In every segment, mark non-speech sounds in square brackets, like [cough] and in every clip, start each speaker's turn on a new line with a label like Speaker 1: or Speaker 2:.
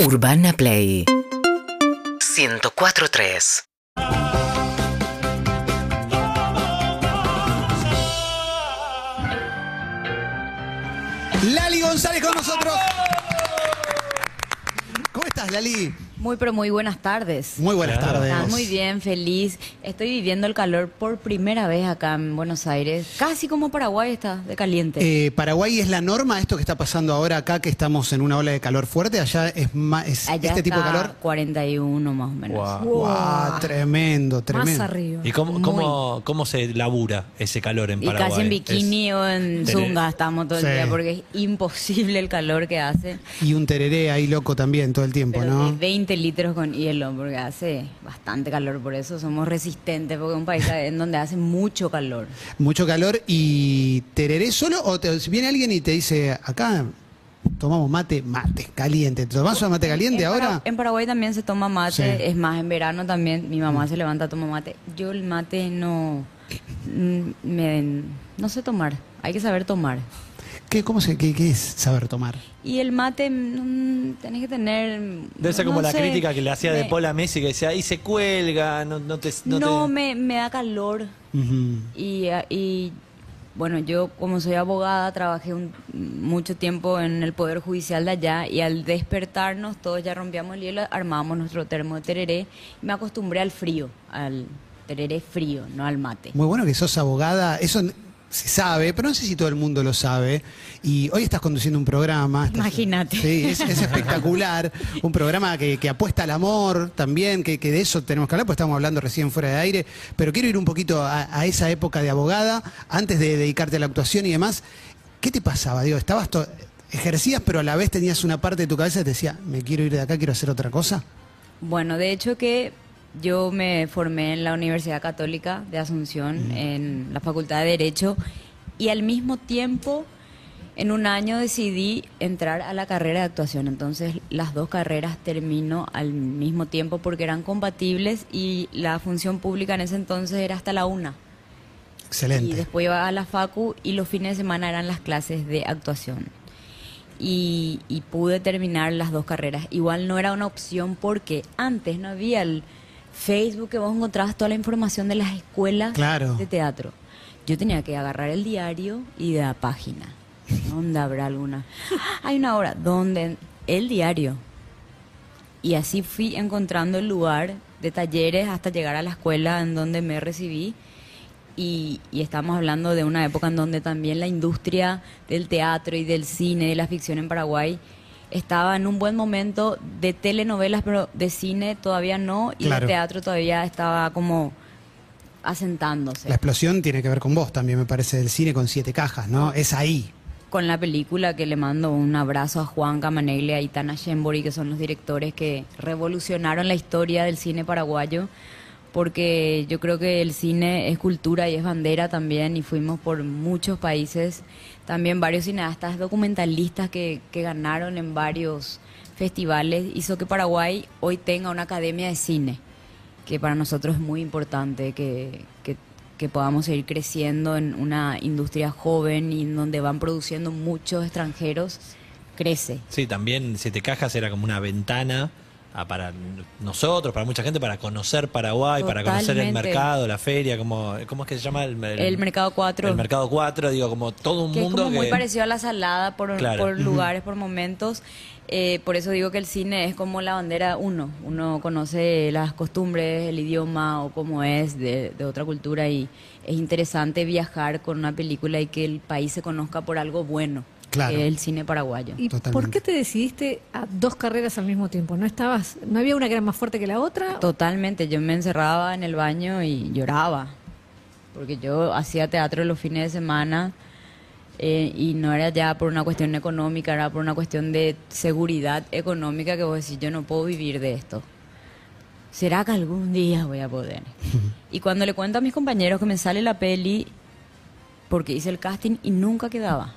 Speaker 1: Urbana Play 104.3
Speaker 2: Lali González con nosotros. ¿Cómo estás, Lali?
Speaker 3: Muy, pero muy buenas tardes.
Speaker 2: Muy buenas tardes.
Speaker 3: Ah, muy bien, feliz. Estoy viviendo el calor por primera vez acá en Buenos Aires. Casi como Paraguay está, de caliente.
Speaker 2: Eh, Paraguay es la norma, esto que está pasando ahora acá, que estamos en una ola de calor fuerte. Allá es, más, es
Speaker 3: Allá
Speaker 2: este tipo de
Speaker 3: está
Speaker 2: calor.
Speaker 3: 41 más o menos.
Speaker 4: Guau.
Speaker 2: Guau, tremendo,
Speaker 5: Más
Speaker 2: tremendo.
Speaker 5: arriba.
Speaker 4: ¿Y cómo, cómo, cómo se labura ese calor en
Speaker 3: Y
Speaker 4: Paraguay?
Speaker 3: casi en bikini
Speaker 4: Es-
Speaker 3: o en
Speaker 4: tenés-
Speaker 3: zunga estamos todo el
Speaker 2: Sí.
Speaker 3: día porque es imposible el calor que hace.
Speaker 2: Y un tereré ahí loco también todo el tiempo,
Speaker 3: Pero de
Speaker 2: ¿no?
Speaker 3: 20 litros con hielo porque hace bastante calor. Por eso somos resistentes porque es un país en donde hace mucho calor.
Speaker 2: Mucho calor y tereré solo o te- si viene alguien y te dice, acá tomamos mate, mate caliente. ¿Te tomás un mate caliente
Speaker 3: En Para-
Speaker 2: ahora?
Speaker 3: en Paraguay también se toma mate,
Speaker 2: Sí. Mm.
Speaker 3: es más, en verano también mi mamá se levanta a tomar mate. Yo el mate no mm, me, no sé tomar, hay que saber tomar.
Speaker 2: ¿Qué, cómo se, qué, qué es saber tomar?
Speaker 3: Y el mate mm, tenés que tener
Speaker 4: Debe ser
Speaker 3: no
Speaker 4: como la
Speaker 3: sé,
Speaker 4: crítica que le hacía de
Speaker 3: me-
Speaker 4: Paul a Messi, que decía, ahí se cuelga, no, no te...
Speaker 3: No,
Speaker 4: te-
Speaker 3: me, me da calor
Speaker 2: Ujú.
Speaker 3: y, ah, y, bueno, yo como soy abogada trabajé un- mucho tiempo en el Poder Judicial de allá y al despertarnos todos ya rompíamos el hielo, armábamos nuestro termo de tereré y me acostumbré al frío, al tereré frío, no al mate.
Speaker 2: Muy bueno que sos abogada, eso n- se sabe, pero no sé si todo el mundo lo sabe. Y hoy estás conduciendo un programa. estás-
Speaker 3: Imagínate.
Speaker 2: Sí, es, es espectacular.
Speaker 3: [laughs]
Speaker 2: un programa que, que apuesta al amor también, que, que de eso tenemos que hablar, pues estamos hablando recién fuera de aire. Pero quiero ir un poquito a, a esa época de abogada, antes de dedicarte a la actuación y demás. ¿Qué te pasaba? Digo, estabas to- ejercías, pero a la vez tenías una parte de tu cabeza que te decía, me quiero ir de acá, quiero hacer otra cosa.
Speaker 3: Bueno, de hecho que yo me formé en la Universidad Católica de Asunción, en la Facultad de Derecho, y al mismo tiempo, en un año decidí entrar a la carrera de actuación. Entonces, las dos carreras termino al mismo tiempo porque eran compatibles y la función pública en ese entonces era hasta la una. Y
Speaker 2: Excelente.
Speaker 3: después iba a la facu y los fines de semana eran las clases de actuación. Y, y pude terminar las dos carreras. Igual no era una opción porque antes no había el Facebook que vos encontrabas toda la información de las escuelas
Speaker 2: Claro.
Speaker 3: de teatro. Yo tenía que agarrar el diario y de la página. ¿Dónde habrá alguna? ¡Ah! Hay una hora. ¿Dónde? El diario. Y así fui encontrando el lugar de talleres hasta llegar a la escuela en donde me recibí. Y, y estamos hablando de una época en donde también la industria del teatro y del cine, de la ficción en Paraguay, estaba en un buen momento de telenovelas, pero de cine todavía no, y
Speaker 2: Claro.
Speaker 3: el teatro todavía estaba como asentándose.
Speaker 2: La explosión tiene que ver con vos también, me parece, del cine con siete cajas, ¿no? Es ahí.
Speaker 3: con la película que le mando un abrazo a Juan Camaneglia y Tana Shembori, que son los directores que revolucionaron la historia del cine paraguayo, porque yo creo que el cine es cultura y es bandera también, y fuimos por muchos países, también varios cineastas documentalistas que, que ganaron en varios festivales, hizo que Paraguay hoy tenga una academia de cine que para nosotros es muy importante que, que- que podamos seguir creciendo en una industria joven y en donde van produciendo muchos extranjeros, crece.
Speaker 4: Sí, también Siete Cajas era como una ventana a- para n- nosotros, para mucha gente, para conocer Paraguay, para conocer el
Speaker 3: Totalmente.
Speaker 4: mercado, la feria, como, ¿cómo es que se llama? El,
Speaker 3: El Mercado 4.
Speaker 4: El Mercado 4, digo, como todo un
Speaker 3: Que es
Speaker 4: mundo
Speaker 3: como muy
Speaker 4: que-
Speaker 3: parecido a la salada por,
Speaker 4: Claro.
Speaker 3: por
Speaker 4: Ujú.
Speaker 3: lugares, por momentos. Eh, por eso digo que el cine es como la bandera uno. Uno conoce las costumbres, el idioma o cómo es de, de otra cultura y es interesante viajar con una película y que el país se conozca por algo bueno,
Speaker 2: Claro.
Speaker 3: que es el cine paraguayo.
Speaker 5: ¿Y por
Speaker 2: Totalmente.
Speaker 5: qué te decidiste a dos carreras al mismo tiempo? ¿No estabas, no había una que era más fuerte que la otra?
Speaker 3: Totalmente, yo me encerraba en el baño y lloraba, porque yo hacía teatro los fines de semana eh, y no era ya por una cuestión económica, era por una cuestión de seguridad económica que vos decís, yo no puedo vivir de esto. ¿Será que algún día voy
Speaker 2: [laughs]
Speaker 3: a poder? Y cuando le cuento a mis compañeros que me sale la peli, porque hice el casting y nunca quedaba.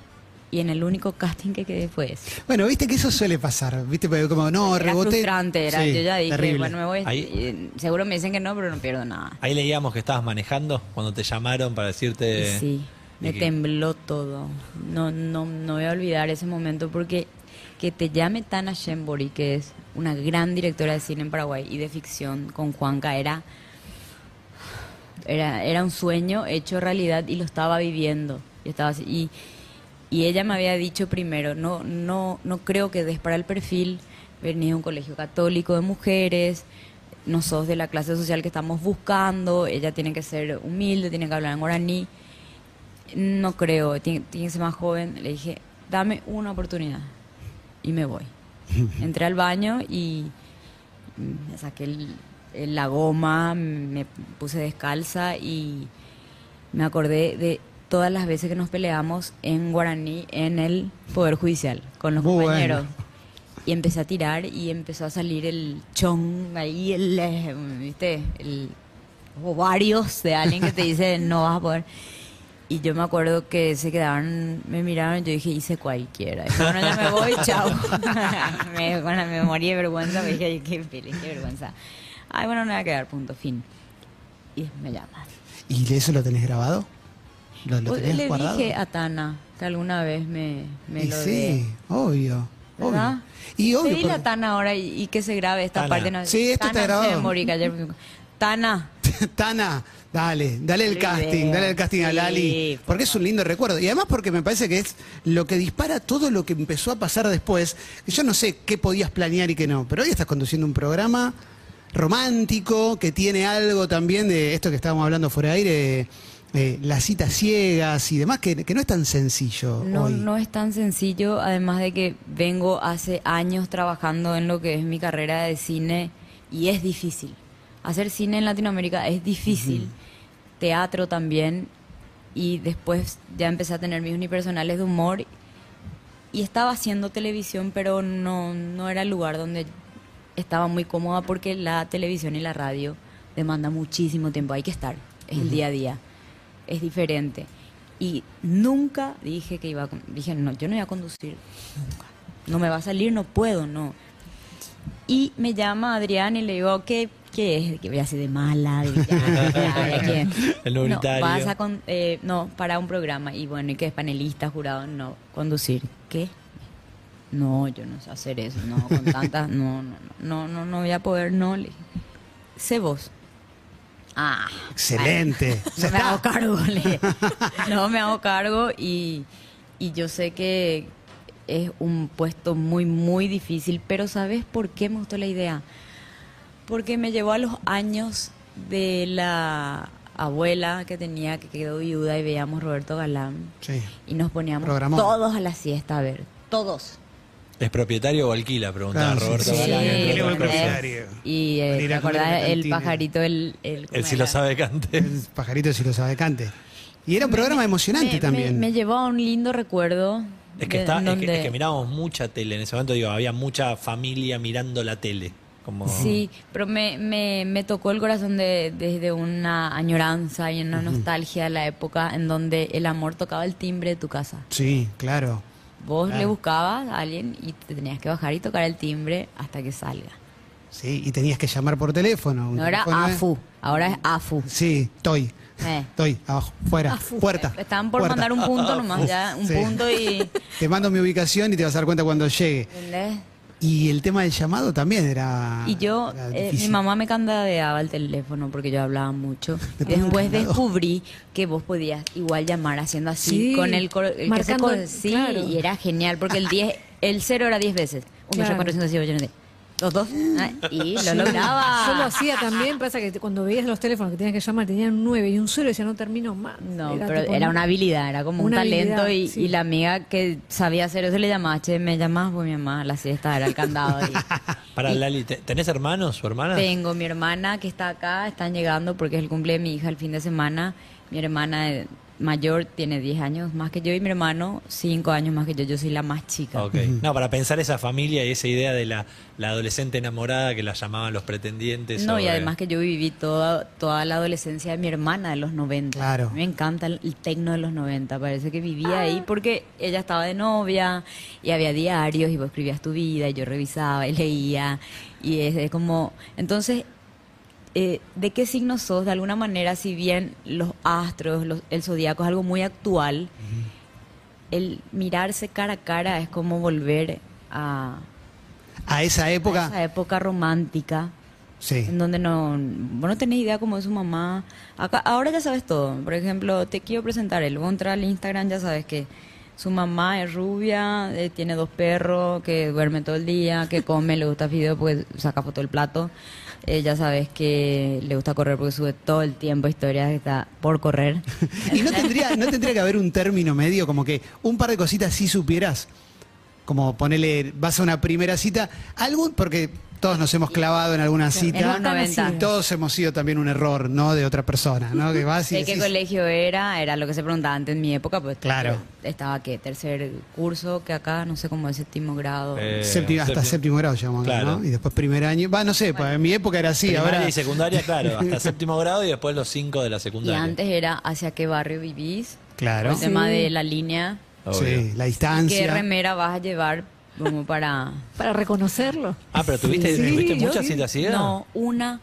Speaker 3: Y en el único casting que quedé fue ese.
Speaker 2: Bueno, viste que eso suele pasar, viste, Pero como no,
Speaker 3: Era
Speaker 2: reboté.
Speaker 3: frustrante, era.
Speaker 2: Sí,
Speaker 3: yo ya dije,
Speaker 2: terrible.
Speaker 3: bueno, me voy.
Speaker 4: Ahí-
Speaker 3: y seguro me dicen que no, pero no pierdo nada.
Speaker 4: Ahí leíamos que estabas manejando cuando te llamaron para decirte...
Speaker 3: Y Sí,
Speaker 4: y
Speaker 3: me
Speaker 4: que-
Speaker 3: tembló todo. No, no, no voy a olvidar ese momento porque que te llame Tana Shembori, que es una gran directora de cine en Paraguay y de ficción con Juanca, era, era, era un sueño hecho realidad y lo estaba viviendo. Y, estaba así. y, y ella me había dicho primero, no, no, no creo que des para el perfil, venís de un colegio católico de mujeres, no sos de la clase social que estamos buscando, ella tiene que ser humilde, tiene que hablar en guaraní. No creo, tiene, tiene que ser más joven. Le dije, dame una oportunidad y
Speaker 2: [laughs]
Speaker 3: me voy. Entré al baño y mm, me saqué el- el- la goma, me puse descalza y me acordé de todas las veces que nos peleamos en guaraní en el Poder Judicial con los
Speaker 2: Muy
Speaker 3: compañeros.
Speaker 2: bueno.
Speaker 3: Y empecé a tirar y empezó a salir el chong, ahí el, eh, ¿viste? El ovarios de alguien que te dice no vas a poder. Y yo me acuerdo que se quedaron, me miraron, yo dije, hice cualquiera. Y bueno, ya me voy, chao. [laughs] me, bueno, me morí de vergüenza, me dije, ay, qué, pele- qué vergüenza. Ay, bueno, no me voy a quedar, punto, fin. Y me llaman.
Speaker 2: ¿Y eso lo tenés grabado? ¿Lo, lo
Speaker 3: Hoy
Speaker 2: tenés
Speaker 3: le
Speaker 2: guardado?
Speaker 3: dije a Tana que alguna vez me, me
Speaker 2: y
Speaker 3: lo dé.
Speaker 2: sí, obvio,
Speaker 3: ¿Verdad?
Speaker 2: obvio. Y obvio.
Speaker 3: Pedile a
Speaker 2: porque-
Speaker 3: Tana ahora y, y que se grabe esta
Speaker 4: Tana.
Speaker 3: parte. No,
Speaker 2: Sí, esto está
Speaker 3: Tana,
Speaker 2: grabado.
Speaker 3: se me morí, que ayer me- Tana.
Speaker 2: [laughs] Tana, dale, dale el
Speaker 3: Lo
Speaker 2: casting,
Speaker 3: idea,
Speaker 2: dale el casting a
Speaker 3: sí,
Speaker 2: Lali,
Speaker 3: por
Speaker 2: porque es un lindo recuerdo. Y además porque me parece que es lo que dispara todo lo que empezó a pasar después, que yo no sé qué podías planear y qué no, pero hoy estás conduciendo un programa romántico que tiene algo también de esto que estábamos hablando fuera de aire, eh, las citas ciegas y demás, que, que no es tan sencillo
Speaker 3: No,
Speaker 2: hoy.
Speaker 3: no es tan sencillo, además de que vengo hace años trabajando en lo que es mi carrera de cine y es difícil. Hacer cine en Latinoamérica es difícil, teatro también, y después ya empecé a tener mis unipersonales de humor y estaba haciendo televisión, pero no, no era el lugar donde estaba muy cómoda porque la televisión y la radio demanda muchísimo tiempo, hay que estar, es el día a día, es diferente. Y nunca dije que iba a... con- Dije, no, yo no voy a conducir, nunca. No me va a salir, no puedo, no. Y me llama Adrián y le digo, ¿qué, qué es? Que voy así de mala, de ya, ya, ya, ¿qué?
Speaker 4: El
Speaker 3: no,
Speaker 4: unitario.
Speaker 3: vas a con- eh, no, para un programa. Y bueno, y que es panelista, jurado, no, conducir. ¿Qué? No, yo no sé hacer eso, no, con tantas, [laughs] no, no, no, no, no voy a poder, no. Le dije, sé vos. Ah,
Speaker 2: Excelente.
Speaker 3: no [laughs] me hago cargo, le dije. No me hago cargo y, y yo sé que es un puesto muy, muy difícil, pero ¿sabes por qué me gustó la idea? Porque me llevó a los años de la abuela que tenía, que quedó viuda y veíamos Roberto Galán
Speaker 2: Sí.
Speaker 3: y nos poníamos
Speaker 2: Programón.
Speaker 3: todos a la siesta a ver, todos.
Speaker 4: ¿Es propietario o alquila? Preguntaba
Speaker 2: Claro, Ah, sí,
Speaker 4: Roberto
Speaker 2: sí.
Speaker 4: Galán.
Speaker 2: Sí,
Speaker 4: el
Speaker 2: creo que
Speaker 4: otro
Speaker 2: es.
Speaker 4: día.
Speaker 2: empresario.
Speaker 3: Y eh,
Speaker 2: Para ir
Speaker 3: ¿te
Speaker 2: a comer a la
Speaker 3: acordás el
Speaker 2: cantina.
Speaker 3: pajarito, el... el ¿cómo
Speaker 4: Él sí
Speaker 3: era?
Speaker 4: lo sabe
Speaker 3: [laughs]
Speaker 4: cante.
Speaker 2: El pajarito si lo sabe cante. Y era un programa emocionante
Speaker 3: Me-
Speaker 2: también.
Speaker 3: Me, me llevó a un lindo recuerdo.
Speaker 4: Es que,
Speaker 3: de-
Speaker 4: está, es, que,
Speaker 3: donde-
Speaker 4: es que mirábamos mucha tele en ese momento, digo, había mucha familia mirando la tele. Como...
Speaker 3: Sí, pero me, me, me tocó el corazón de- desde una añoranza y una nostalgia de la época en donde el amor tocaba el timbre de tu casa.
Speaker 2: Sí, claro.
Speaker 3: Vos le
Speaker 2: Claro.
Speaker 3: buscabas a alguien y te tenías que bajar y tocar el timbre hasta que salga.
Speaker 2: Sí, y tenías que llamar por teléfono. un
Speaker 3: No era
Speaker 2: teléfono, ¿eh?
Speaker 3: AFU, ahora es AFU.
Speaker 2: Sí, estoy.
Speaker 3: Eh.
Speaker 2: Estoy, abajo, fuera,
Speaker 5: Afu.
Speaker 2: puerta.
Speaker 3: Están por
Speaker 2: puerta.
Speaker 3: mandar un
Speaker 4: [laughs]
Speaker 3: punto nomás, ya, un
Speaker 2: Sí.
Speaker 3: punto y...
Speaker 2: Te mando mi ubicación y te vas a dar cuenta cuando llegue.
Speaker 3: ¿entendés?
Speaker 2: Y el tema del llamado también era.
Speaker 3: Y yo,
Speaker 2: Ah, era
Speaker 3: eh, mi
Speaker 2: difícil.
Speaker 3: mamá me candadeaba el teléfono porque yo
Speaker 2: [laughs]
Speaker 3: hablaba mucho.
Speaker 2: Me pongo
Speaker 3: Después
Speaker 2: encandado.
Speaker 3: descubrí que vos podías igual llamar haciendo así
Speaker 5: Sí,
Speaker 3: con el, cor- el que se
Speaker 5: marcando
Speaker 3: con-
Speaker 5: el-
Speaker 3: sí,
Speaker 5: claro.
Speaker 3: y era genial porque el
Speaker 5: [laughs]
Speaker 3: 10, el 0 era 10 veces. Un millón
Speaker 5: Claro.
Speaker 3: cuatrocientos diez, ochocientos diez. Los dos. ah, Y lo lograba.
Speaker 5: [laughs] Yo lo hacía también, pasa que te- cuando veías los teléfonos que tenías que llamar, tenían un 9 y un 0 y decía, no termino más.
Speaker 3: No, pero
Speaker 5: tipo,
Speaker 3: era
Speaker 5: no.
Speaker 3: una habilidad, era como un
Speaker 5: Una
Speaker 3: talento y,
Speaker 5: habilidad, sí.
Speaker 3: y la amiga que sabía hacer eso le llamaba, che, me llamás, pues mi mamá, la siesta era el candado.
Speaker 2: [laughs]
Speaker 3: y-
Speaker 4: Para Lali, ¿te- ¿tenés hermanos o hermanas?
Speaker 3: Tengo mi hermana que está acá, están llegando porque es el cumple de mi hija el fin de semana. Mi hermana eh, mayor tiene 10 años más que yo y mi hermano 5 años más que yo. Yo soy la más chica.
Speaker 4: Ok. No, para pensar esa familia y esa idea de la, la adolescente enamorada que la llamaban los pretendientes.
Speaker 3: No, y
Speaker 4: sobre-
Speaker 3: además que yo viví toda, toda la adolescencia de mi hermana de los 90.
Speaker 2: Claro.
Speaker 3: Me encanta el, el tecno de los 90. Parece que vivía ahí porque ella estaba de novia y había diarios y vos escribías tu vida y yo revisaba y leía. Y es, es como. Entonces, eh, ¿de qué signo sos? De alguna manera, si bien los astros, los- el zodiaco es algo muy actual, el mirarse cara a cara es como volver a,
Speaker 2: A esa
Speaker 3: a esa
Speaker 2: época,
Speaker 3: época romántica.
Speaker 2: sí.
Speaker 3: En donde no, vos no tenés idea cómo es su mamá. Acá, ahora ya sabes todo. Por ejemplo, te quiero presentar el contra al Instagram, ya sabes que su mamá es rubia, eh, tiene dos perros, que duerme todo el día,
Speaker 2: [laughs]
Speaker 3: que come, le gusta video porque saca foto del plato. Eh, ya sabes que le gusta correr porque sube todo el tiempo historias que está por
Speaker 2: [laughs]
Speaker 3: correr.
Speaker 2: [laughs] Y no tendría, no tendría que haber un término medio, como que un par de cositas sí supieras. Como ponerle, vas a una primera cita, algún, porque todos nos hemos clavado en alguna
Speaker 3: En
Speaker 2: cita.
Speaker 3: los 90.
Speaker 2: Y todos hemos sido también un error, ¿no? De otra persona, ¿no? Que vas y
Speaker 3: ¿De qué
Speaker 2: decís,
Speaker 3: colegio era? Era lo que se preguntaba antes en mi época, pues
Speaker 2: Claro.
Speaker 3: estaba que tercer curso, que acá, no sé cómo es séptimo grado.
Speaker 4: Eh,
Speaker 2: séptimo- hasta
Speaker 4: séptimo-
Speaker 2: séptimo grado llamamos,
Speaker 4: Claro.
Speaker 2: ¿no? Y después primer año. Va, no sé, pa- en mi época era así,
Speaker 4: Primaria
Speaker 2: ahora.
Speaker 4: y secundaria, claro, hasta séptimo grado y después los cinco de la
Speaker 3: Y
Speaker 4: secundaria.
Speaker 3: antes era hacia qué barrio vivís,
Speaker 2: Claro.
Speaker 3: el tema de la línea,
Speaker 4: Obvio.
Speaker 2: Sí, la
Speaker 3: qué
Speaker 2: distancia.
Speaker 3: remera vas a llevar como para...
Speaker 5: Para reconocerlo.
Speaker 4: Ah, pero tuviste,
Speaker 5: Sí,
Speaker 4: ¿tuviste
Speaker 5: yo
Speaker 4: muchas
Speaker 5: vi-
Speaker 4: citas así?
Speaker 3: No, una.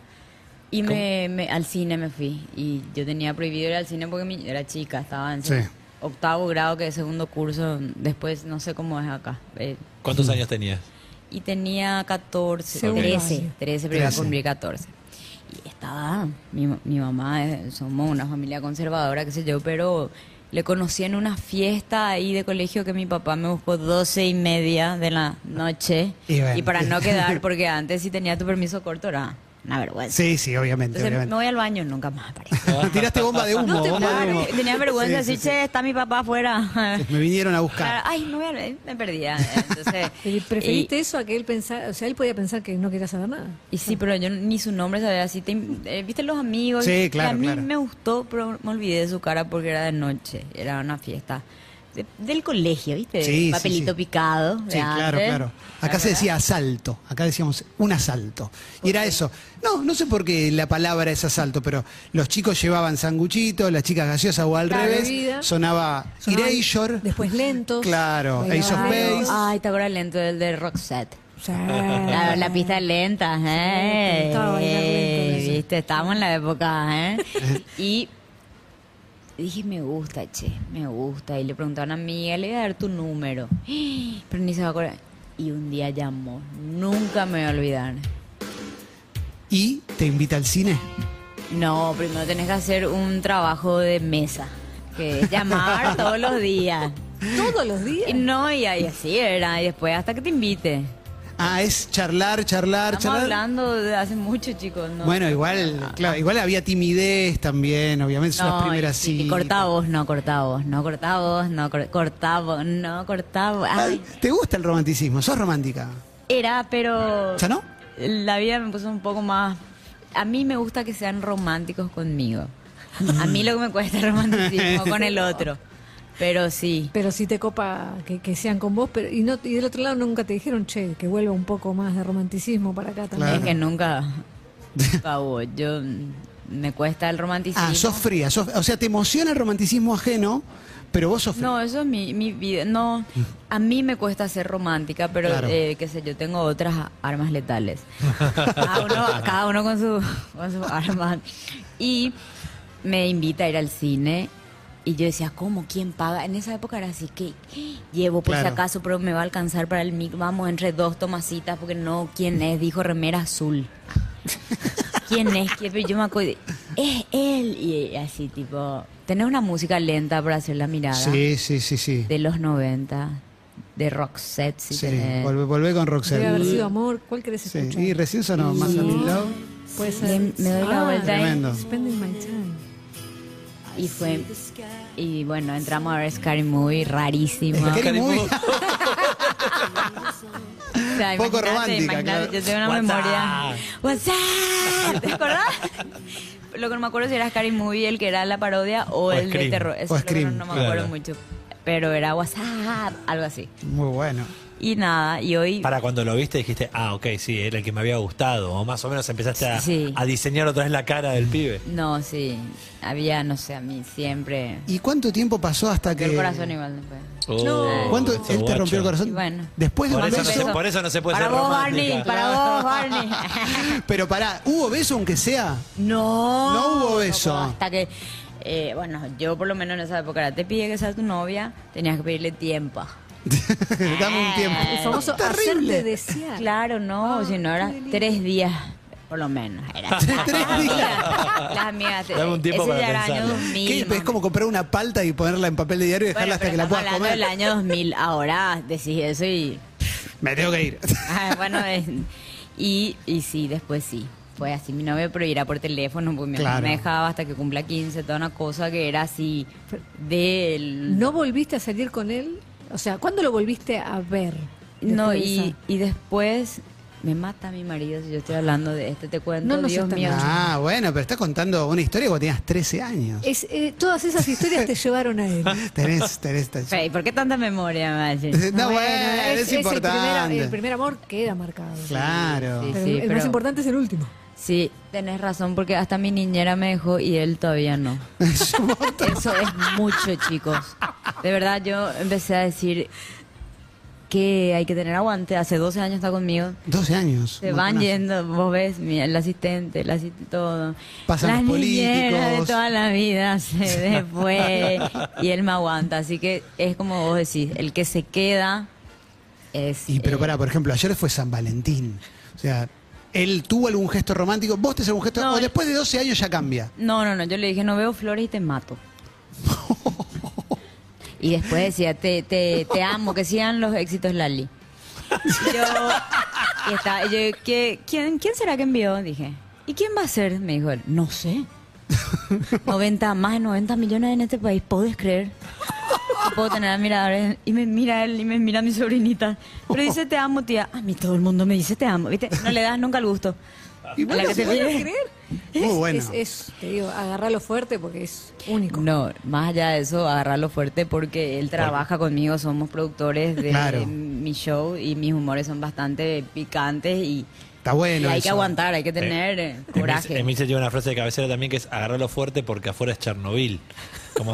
Speaker 3: Y me, me- al cine me fui. Y yo tenía prohibido ir al cine porque mi- era chica, estaba en
Speaker 2: Sí.
Speaker 3: octavo grado, que es segundo curso, después no sé cómo es acá. eh,
Speaker 4: ¿Cuántos años tenías?
Speaker 3: y tenía 14,
Speaker 5: Segundo
Speaker 3: 13,
Speaker 5: año.
Speaker 3: 13, pero iba a
Speaker 2: 13.
Speaker 3: cumplir 14. Y estaba, mi, ma- mi mamá, eh, somos una familia conservadora, qué sé yo, pero le conocí en una fiesta ahí de colegio que mi papá me buscó 12 y media de la noche.
Speaker 2: Y
Speaker 3: Y,
Speaker 2: bueno.
Speaker 3: para no quedar, porque antes si tenía tu permiso corto era una vergüenza.
Speaker 2: Sí, sí, obviamente.
Speaker 3: Entonces me
Speaker 2: obviamente.
Speaker 3: voy al baño, nunca más aparece.
Speaker 2: [laughs] Tiraste bomba de humo.
Speaker 5: No te-
Speaker 2: bomba de
Speaker 3: Claro,
Speaker 2: humo.
Speaker 3: tenía vergüenza,
Speaker 2: Sí,
Speaker 3: así,
Speaker 2: sí, sí.
Speaker 3: che, está mi papá afuera.
Speaker 2: Me vinieron a
Speaker 3: [laughs] Claro,
Speaker 5: Ah,
Speaker 2: buscar.
Speaker 3: Ay, no voy al- me perdía. Entonces,
Speaker 5: [laughs] Y
Speaker 3: y-
Speaker 5: preferiste eso a que él pensara, o sea, él podía pensar que no quería saber nada.
Speaker 3: Y sí, pero yo ni su nombre sabía. Así te- eh, ¿Viste los amigos?
Speaker 2: Sí,
Speaker 3: Y
Speaker 2: claro,
Speaker 3: A mí
Speaker 2: claro.
Speaker 3: me gustó, pero me olvidé de su cara porque era de noche. Era una fiesta. de- del colegio, ¿viste?
Speaker 2: Sí, sí,
Speaker 3: Papelito
Speaker 2: sí.
Speaker 3: picado. de
Speaker 2: Sí, claro,
Speaker 3: antes. Ah,
Speaker 2: claro. Acá se decía asalto, acá decíamos un asalto. Y era eso. No, no sé por qué la palabra es asalto, pero los chicos llevaban sanguchitos, las chicas gaseosas o al
Speaker 5: Claro,
Speaker 2: revés,
Speaker 5: bebida.
Speaker 2: sonaba
Speaker 5: Sonaba
Speaker 2: Erasure.
Speaker 5: Después lentos.
Speaker 2: Claro,
Speaker 5: bailaba
Speaker 2: Ace of
Speaker 5: algo. Ah,
Speaker 2: Base.
Speaker 3: Ay, te acuerdas lento del de Roxette.
Speaker 5: Sí.
Speaker 3: Claro, [laughs] la pista lenta, ¿eh?
Speaker 5: me gustaba bailar lento
Speaker 3: Eh,
Speaker 5: eso.
Speaker 3: Viste, estábamos en la época,
Speaker 5: [laughs]
Speaker 3: ¿eh? Y dije, me gusta, che, me gusta. Y le pregunté a una amiga, le voy a dar tu número. [gasps] Pero ni se va a acordar. Y un día llamó, nunca me voy a olvidar.
Speaker 2: Y te invita al cine.
Speaker 3: No, primero tenés que hacer un trabajo de mesa, que es
Speaker 5: [laughs]
Speaker 3: llamar todos los días.
Speaker 5: Todos los días.
Speaker 3: Y no, y ahí así era, y después hasta que te invite.
Speaker 2: Ah, es charlar, charlar,
Speaker 3: Estamos
Speaker 2: charlar.
Speaker 3: hablando de hace mucho, chicos. ¿no?
Speaker 2: Bueno, igual, claro, igual había timidez también, obviamente son las
Speaker 3: No,
Speaker 2: primeras
Speaker 3: y- y
Speaker 2: citas.
Speaker 3: cortá vos, no cortá vos, no cortá vos, no cor- cortá vos, no cortá vos. Ay,
Speaker 2: Ay, Ah, ¿Te gusta el romanticismo? ¿Sos romántica?
Speaker 3: era, pero...
Speaker 2: ¿Ya no?
Speaker 3: La vida me puso un poco más... A mí me gusta que sean románticos conmigo. A mí lo que me cuesta es romanticismo con el otro. Pero sí.
Speaker 5: Pero sí te copa que, que sean con vos, pero y no y del otro lado nunca te dijeron, che, que vuelva un poco más de romanticismo para acá también.
Speaker 2: Claro.
Speaker 3: Es que nunca... nunca hubo. Yo... Me cuesta el romanticismo.
Speaker 2: Ah, sos fría. sos- o sea, te emociona el romanticismo ajeno, pero vos sos fría.
Speaker 3: No, eso es mi, mi vida. No, a mí me cuesta ser romántica, pero
Speaker 2: Claro.
Speaker 3: eh, qué sé, yo tengo otras a- armas letales. cada, uno,
Speaker 2: [laughs]
Speaker 3: cada uno con su, con su arma. Y me invita a ir al cine. Y yo decía, ¿cómo? ¿Quién paga? En esa época era así que llevo por si
Speaker 2: Claro.
Speaker 3: acaso, pero me va a alcanzar para el mic. Vamos entre dos tomacitas, porque no, ¿quién es? Dijo remera azul. ¿Quién es? ¿Quién? Pero yo me acuerdo. Es él. Y así, tipo. Tenés una música lenta para hacer la mirada.
Speaker 2: Sí, sí, sí, sí.
Speaker 3: De los 90. De Roxette, si
Speaker 2: Sí,
Speaker 3: tenés.
Speaker 2: volvé, volvé con
Speaker 5: Debe haber
Speaker 2: Roxanne.
Speaker 5: sido amor, ¿cuál querés
Speaker 2: Sí,
Speaker 5: escuchar?
Speaker 2: y recién sonó más
Speaker 5: Sí.
Speaker 2: Love.
Speaker 5: Puede ser.
Speaker 3: Le- me doy la
Speaker 5: Ah,
Speaker 3: vuelta ¿eh? y-
Speaker 2: Tremendo.
Speaker 5: Spending my time.
Speaker 3: Y fue. Y bueno, entramos a ver Scary
Speaker 2: [laughs]
Speaker 3: Movie, rarísimo.
Speaker 2: Scary Movie.
Speaker 3: O sea,
Speaker 2: Poco
Speaker 3: imagínate,
Speaker 2: romántica,
Speaker 3: imagínate,
Speaker 2: claro.
Speaker 3: Yo tengo una
Speaker 4: What's
Speaker 3: memoria. WhatsApp. ¿Te acordás? [laughs] Lo que no me acuerdo si era Scary Movie el que era la parodia o,
Speaker 4: O
Speaker 3: el de
Speaker 4: Scream.
Speaker 3: terror. Eso
Speaker 2: O
Speaker 3: es lo que
Speaker 2: Scream,
Speaker 3: no, no me acuerdo
Speaker 4: claro.
Speaker 3: mucho. Pero era WhatsApp, algo así.
Speaker 2: Muy bueno.
Speaker 3: Y nada, y hoy.
Speaker 4: Para cuando lo viste dijiste, ah, ok, sí, era el que me había gustado. O más o menos empezaste a,
Speaker 3: Sí.
Speaker 4: a diseñar otra vez la cara del pibe.
Speaker 3: No, sí. Había, no sé, a mí siempre.
Speaker 2: ¿Y cuánto tiempo pasó hasta que.
Speaker 3: El corazón igual después.
Speaker 4: Oh,
Speaker 2: ¿Cuánto?
Speaker 4: ese
Speaker 2: ¿Él te
Speaker 4: guacho.
Speaker 2: rompió el corazón?
Speaker 3: Y bueno.
Speaker 2: Después de
Speaker 4: Por
Speaker 2: un
Speaker 4: eso no se-
Speaker 2: beso.
Speaker 4: por eso no se puede
Speaker 3: para
Speaker 4: ser
Speaker 3: vos,
Speaker 4: romántica.
Speaker 3: Barney, para vos, Barney.
Speaker 2: [laughs] Pero pará, ¿hubo beso aunque sea? [laughs]
Speaker 3: no.
Speaker 2: No hubo beso.
Speaker 3: hasta que, eh, bueno, yo por lo menos en esa época era, te pide que sea tu novia, tenías que pedirle tiempo.
Speaker 2: Dame un tiempo.
Speaker 3: Eh,
Speaker 5: El famoso
Speaker 2: Terrible.
Speaker 5: hacerte desear.
Speaker 3: Claro, no,
Speaker 5: Ah,
Speaker 3: si no era
Speaker 5: qué delirio.
Speaker 3: tres días, por lo menos.
Speaker 2: [laughs]
Speaker 3: Era.
Speaker 2: Tres
Speaker 3: Las
Speaker 2: días.
Speaker 3: amigas, las amigas.
Speaker 4: Dame un tiempo
Speaker 3: ese
Speaker 4: para
Speaker 3: ya era año
Speaker 4: pensarlo.
Speaker 3: 2000.
Speaker 2: ¿Qué?
Speaker 3: más
Speaker 2: Es como
Speaker 3: o menos.
Speaker 2: comprar una palta y ponerla en papel de diario y dejarla
Speaker 3: Bueno,
Speaker 2: hasta
Speaker 3: pero
Speaker 2: que la
Speaker 3: estamos
Speaker 2: puedas
Speaker 3: hablando
Speaker 2: comer.
Speaker 3: del año 2000. Ahora decís eso y...
Speaker 2: Me tengo
Speaker 3: [laughs]
Speaker 2: que ir.
Speaker 3: Ah, bueno, es- y, y sí, después sí. Fue así mi novio, pero era por teléfono, porque mi mamá
Speaker 2: Claro.
Speaker 3: me dejaba hasta que cumpla 15, toda una cosa que era así del...
Speaker 5: ¿No volviste a salir con él? O sea, ¿cuándo lo volviste a ver?
Speaker 3: No,
Speaker 5: Después de
Speaker 3: y,
Speaker 5: esa.
Speaker 3: y después me mata mi marido si yo estoy hablando de este, te cuento,
Speaker 5: No, no
Speaker 3: Dios
Speaker 5: seas tan
Speaker 3: mío.
Speaker 2: Ah, bueno, pero estás contando una historia cuando tenías 13 años.
Speaker 5: Es, eh, todas esas
Speaker 2: [laughs]
Speaker 5: historias te llevaron a él.
Speaker 2: Tenés, tenés.
Speaker 3: [laughs]
Speaker 2: tenés-
Speaker 3: Fe, ¿y ¿Por qué tanta memoria, me va
Speaker 2: [laughs]
Speaker 3: a decir?
Speaker 2: Eh, No, bueno, es,
Speaker 5: El
Speaker 2: importante.
Speaker 5: primer, el primer amor queda marcado.
Speaker 2: Claro.
Speaker 3: Sí,
Speaker 5: Pero
Speaker 3: sí,
Speaker 5: el
Speaker 3: pero-
Speaker 5: más importante es el último.
Speaker 3: Sí, tenés razón, porque hasta mi niñera me dejó y él
Speaker 2: [laughs]
Speaker 3: todavía no. Eso es mucho, chicos. De verdad, yo empecé a decir que hay que tener aguante. Hace 12 años está conmigo.
Speaker 2: 12 años.
Speaker 3: Se
Speaker 2: un
Speaker 3: van
Speaker 2: montonazo.
Speaker 3: yendo, vos ves, mira, el asistente, el asistente, todo.
Speaker 2: Pasan
Speaker 3: Las
Speaker 2: los
Speaker 3: niñeras
Speaker 2: políticos.
Speaker 3: de toda la vida [laughs] se después y él me aguanta. Así que es como vos decís, el que se queda es...
Speaker 2: Y pero
Speaker 3: eh,
Speaker 2: pará, por ejemplo, ayer fue San Valentín. O sea, él tuvo algún gesto romántico, vos tenés algún gesto.
Speaker 3: No,
Speaker 2: o
Speaker 3: él-
Speaker 2: después de 12 años ya cambia.
Speaker 3: No, no, no, yo le dije, no veo flores y te mato. Y después decía, te, te, te amo, que sigan los éxitos, Lali. Y Yo, y estaba- y yo, ¿qué- quién, ¿quién será que envió? Dije, ¿y quién va a ser? Me dijo él, no sé. 90, más de 90 millones en este país, ¿podés creer? No Puedo tener admiradores. Y me mira él y me mira mi sobrinita. Pero dice, te amo, tía. A mí todo el mundo me dice, te amo. ¿Viste? No le das nunca el gusto.
Speaker 2: Y
Speaker 3: A la
Speaker 2: bueno,
Speaker 3: que te
Speaker 2: bueno,
Speaker 3: pide. Oh,
Speaker 2: Muy bueno.
Speaker 5: Es, es- te digo, agarrarlo fuerte porque es único.
Speaker 3: No, más allá de eso, agarrarlo fuerte porque él trabaja conmigo, somos productores de
Speaker 2: Claro.
Speaker 3: mi show y mis humores son bastante picantes y,
Speaker 2: Está bueno.
Speaker 3: y hay que
Speaker 2: eso.
Speaker 3: aguantar, hay que tener eh, coraje.
Speaker 4: Emil se tiene una frase de cabecera también que es agarrarlo fuerte porque afuera es Chernobyl. Como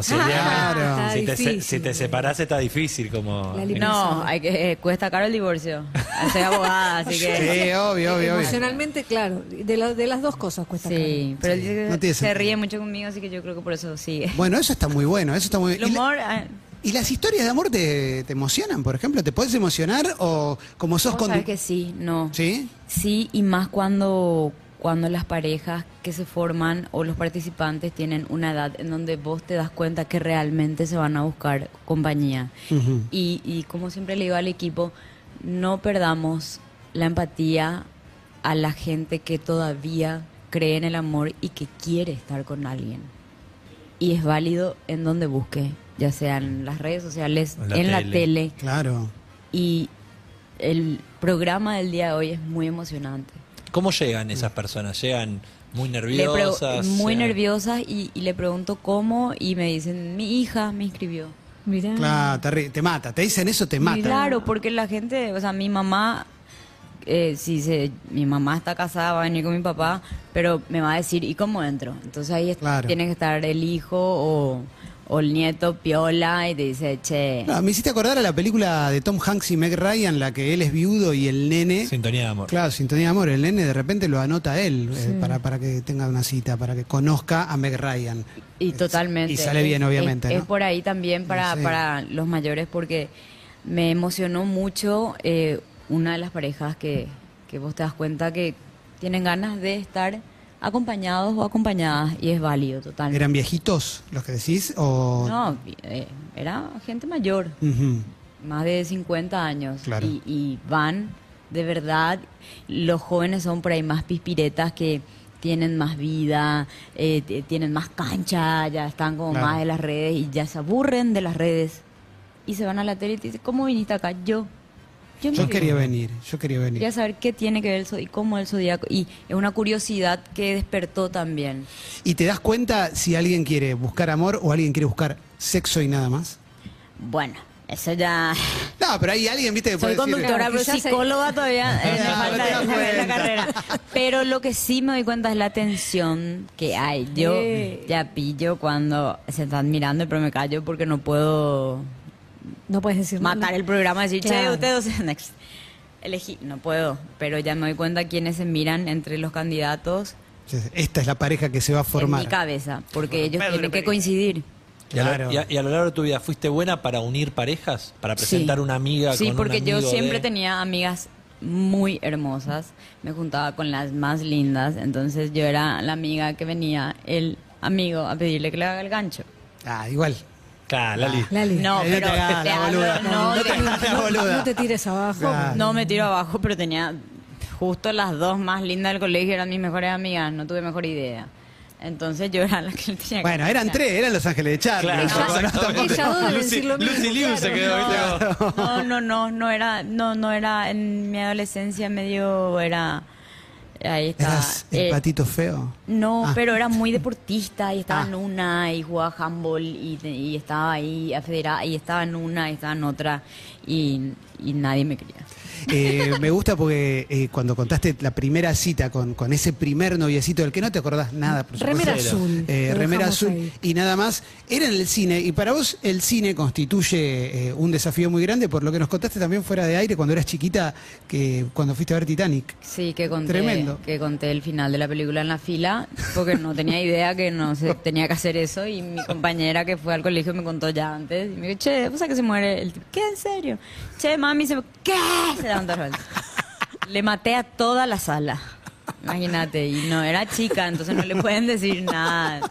Speaker 3: [laughs] Ah,
Speaker 4: si,
Speaker 2: Claro.
Speaker 5: Está
Speaker 4: si, te, se-
Speaker 5: difícil.
Speaker 4: si te separás está difícil. Como,
Speaker 5: La limpieza.
Speaker 3: no, hay que, eh, cuesta caro
Speaker 2: [laughs]
Speaker 3: el divorcio. Soy abogada, así [laughs] que...
Speaker 2: Sí, obvio, obvio, obvio.
Speaker 5: Eh, Emocionalmente, claro. De, la- de las dos cosas cuesta.
Speaker 3: Sí, pero él dice
Speaker 2: no
Speaker 3: que
Speaker 2: tiene
Speaker 3: se
Speaker 2: sentido.
Speaker 3: ríe mucho conmigo, así que yo creo que por eso sigue.
Speaker 2: Bueno, eso está muy bueno, eso está muy
Speaker 3: El
Speaker 2: y la-
Speaker 3: humor... eh,
Speaker 2: ¿Y las historias de amor te, te emocionan, por ejemplo? ¿Te puedes emocionar o como sos
Speaker 3: vos sabés
Speaker 2: conductor?
Speaker 3: que sí, no.
Speaker 2: ¿Sí?
Speaker 3: Sí, y más cuando, cuando las parejas que se forman o los participantes tienen una edad en donde vos te das cuenta que realmente se van a buscar compañía.
Speaker 2: Ujú.
Speaker 3: y, y como siempre le digo al equipo, no perdamos la empatía a la gente que todavía cree en el amor y que quiere estar con alguien. Y es válido en donde busque, ya sea en las redes sociales,
Speaker 4: En la
Speaker 3: en la
Speaker 4: tele.
Speaker 3: tele.
Speaker 2: Claro.
Speaker 3: Y el programa del día de hoy es muy emocionante.
Speaker 4: ¿Cómo llegan esas personas? ¿Llegan muy
Speaker 3: Le pre-
Speaker 4: nerviosas?
Speaker 3: muy
Speaker 4: ¿Llegan-
Speaker 3: nerviosas y, y le pregunto cómo y me dicen, mi hija me inscribió.
Speaker 5: Mirá.
Speaker 2: Claro, te, ri- te mata. Te dicen eso, te
Speaker 3: Y
Speaker 2: mata.
Speaker 3: Claro, porque la gente, o sea, mi mamá, eh, si se, mi mamá está casada, va a venir con mi papá, pero me va a decir, ¿y cómo entro? Entonces ahí es-
Speaker 2: Claro.
Speaker 3: tiene que estar el hijo o, o el nieto piola y te dice, che,
Speaker 2: No, me hiciste acordar a la película de Tom Hanks y Meg Ryan, la que él es viudo y el nene.
Speaker 4: Sintonía de amor.
Speaker 2: Claro, sintonía de amor. El nene de repente lo anota él eh, para, para que tenga una cita, para que conozca a Meg Ryan.
Speaker 3: Y totalmente.
Speaker 2: Y sale bien,
Speaker 3: Es-
Speaker 2: obviamente,
Speaker 3: Es,
Speaker 2: ¿no?
Speaker 3: es por ahí también para,
Speaker 2: Sí.
Speaker 3: para los mayores porque me emocionó mucho eh, una de las parejas que, que vos te das cuenta que tienen ganas de estar acompañados o acompañadas y es válido totalmente.
Speaker 2: ¿Eran viejitos los que decís? O...
Speaker 3: No, eh, era gente mayor,
Speaker 2: Ujú.
Speaker 3: más de 50 años
Speaker 2: Claro.
Speaker 3: y, y van de verdad. Los jóvenes son por ahí más pispiretas que tienen más vida, eh, t- tienen más cancha, ya están como
Speaker 2: Claro.
Speaker 3: más de las redes y ya se aburren de las redes y se van a la tele y te dicen, ¿cómo viniste acá? Yo.
Speaker 2: Yo
Speaker 3: me vine.
Speaker 2: quería venir, yo quería venir.
Speaker 3: Quería saber qué tiene que ver el zodíaco y cómo el zodíaco. Y es una curiosidad que despertó también.
Speaker 2: ¿Y te das cuenta si alguien quiere buscar amor o alguien quiere buscar sexo y nada más?
Speaker 3: Bueno, eso ya...
Speaker 2: No, pero hay alguien, viste, que
Speaker 3: Soy
Speaker 2: puede decir-
Speaker 3: conductora,
Speaker 5: Claro,
Speaker 3: pero
Speaker 5: quizás hay-
Speaker 3: psicóloga todavía eh, me
Speaker 2: [laughs] No,
Speaker 3: falta
Speaker 2: me doy
Speaker 3: saber la
Speaker 2: cuenta.
Speaker 3: carrera. Pero lo que sí me doy cuenta es la tensión que hay. Yo
Speaker 5: Sí.
Speaker 3: ya pillo cuando se están mirando, pero me callo porque no puedo
Speaker 5: No puedes decir nada.
Speaker 3: matar el programa y decir, che,
Speaker 5: Claro.
Speaker 3: ustedes [laughs] dos sean ex". Elegí, no puedo, pero ya me doy cuenta quiénes se miran entre los candidatos
Speaker 2: Esta es la pareja que se va a
Speaker 3: en mi
Speaker 2: formar.
Speaker 3: cabeza, porque ellos
Speaker 4: Pedro
Speaker 3: tienen que
Speaker 4: Perico.
Speaker 3: coincidir.
Speaker 4: Y a,
Speaker 2: Claro.
Speaker 4: la- y a- y a lo largo de tu vida, ¿fuiste buena para unir parejas? ¿Para
Speaker 3: Sí.
Speaker 4: presentar una amiga
Speaker 3: Sí,
Speaker 4: con un
Speaker 3: porque yo
Speaker 4: amigo
Speaker 3: siempre
Speaker 4: de-
Speaker 3: tenía amigas muy hermosas. Me juntaba con las más lindas. Entonces yo era la amiga que venía el amigo a pedirle que le haga el gancho.
Speaker 2: Ah, igual.
Speaker 4: Claro, Lali.
Speaker 5: Lali,
Speaker 3: No,
Speaker 2: Eh,
Speaker 3: pero
Speaker 2: te hagas
Speaker 3: te
Speaker 2: la
Speaker 3: hablo,
Speaker 2: boluda.
Speaker 3: no,
Speaker 2: No te
Speaker 3: de-
Speaker 2: hagas la
Speaker 5: no,
Speaker 2: boluda.
Speaker 5: no te tires abajo.
Speaker 2: Ah.
Speaker 3: No me tiro abajo, pero tenía justo las dos más lindas del colegio eran mis mejores amigas. No tuve mejor idea. Entonces yo era la que le tenía que
Speaker 2: Bueno, eran
Speaker 3: ganchar.
Speaker 2: tres, eran los ángeles de Charlie.
Speaker 4: Claro,
Speaker 2: Nosotros
Speaker 5: Ella-
Speaker 2: estamos-
Speaker 5: ella dos deben
Speaker 4: Lucy,
Speaker 5: decir lo mismo,
Speaker 4: Lucy Liu se
Speaker 5: claro.
Speaker 4: quedó, ¿viste? Como-
Speaker 3: No, no, no, no era, no, no era en mi adolescencia medio era ahí está.
Speaker 2: Eras el
Speaker 3: eh,
Speaker 2: patito feo.
Speaker 3: No,
Speaker 2: Ah.
Speaker 3: pero era muy deportista y estaba
Speaker 2: Ah.
Speaker 3: en una y jugaba handball y, te- y estaba ahí a federal y estaba en una y estaba en otra y, y nadie me quería.
Speaker 2: Eh, me gusta porque eh, cuando contaste la primera cita con, con ese primer noviecito del que no te acordás nada, por supuesto.
Speaker 5: Remera azul.
Speaker 2: Eh,
Speaker 5: Lo
Speaker 2: remera
Speaker 5: dejamos
Speaker 2: azul
Speaker 5: ahí.
Speaker 2: y nada más, era en el cine. Y para vos el cine constituye eh, un desafío muy grande, por lo que nos contaste también fuera de aire cuando eras chiquita, que cuando fuiste a ver Titanic.
Speaker 3: Sí, que conté,
Speaker 2: Tremendo.
Speaker 3: que conté el final de la película en la fila porque no tenía idea que no se tenía que hacer eso y mi compañera que fue al colegio me contó ya antes y me dijo, che, ¿vos sabés que se muere el tipo? ¿Qué, en serio? Che, mami, se ¿qué? Se da un torrente. Le maté a toda la sala. Imagínate, y no era chica, entonces no le pueden decir nada.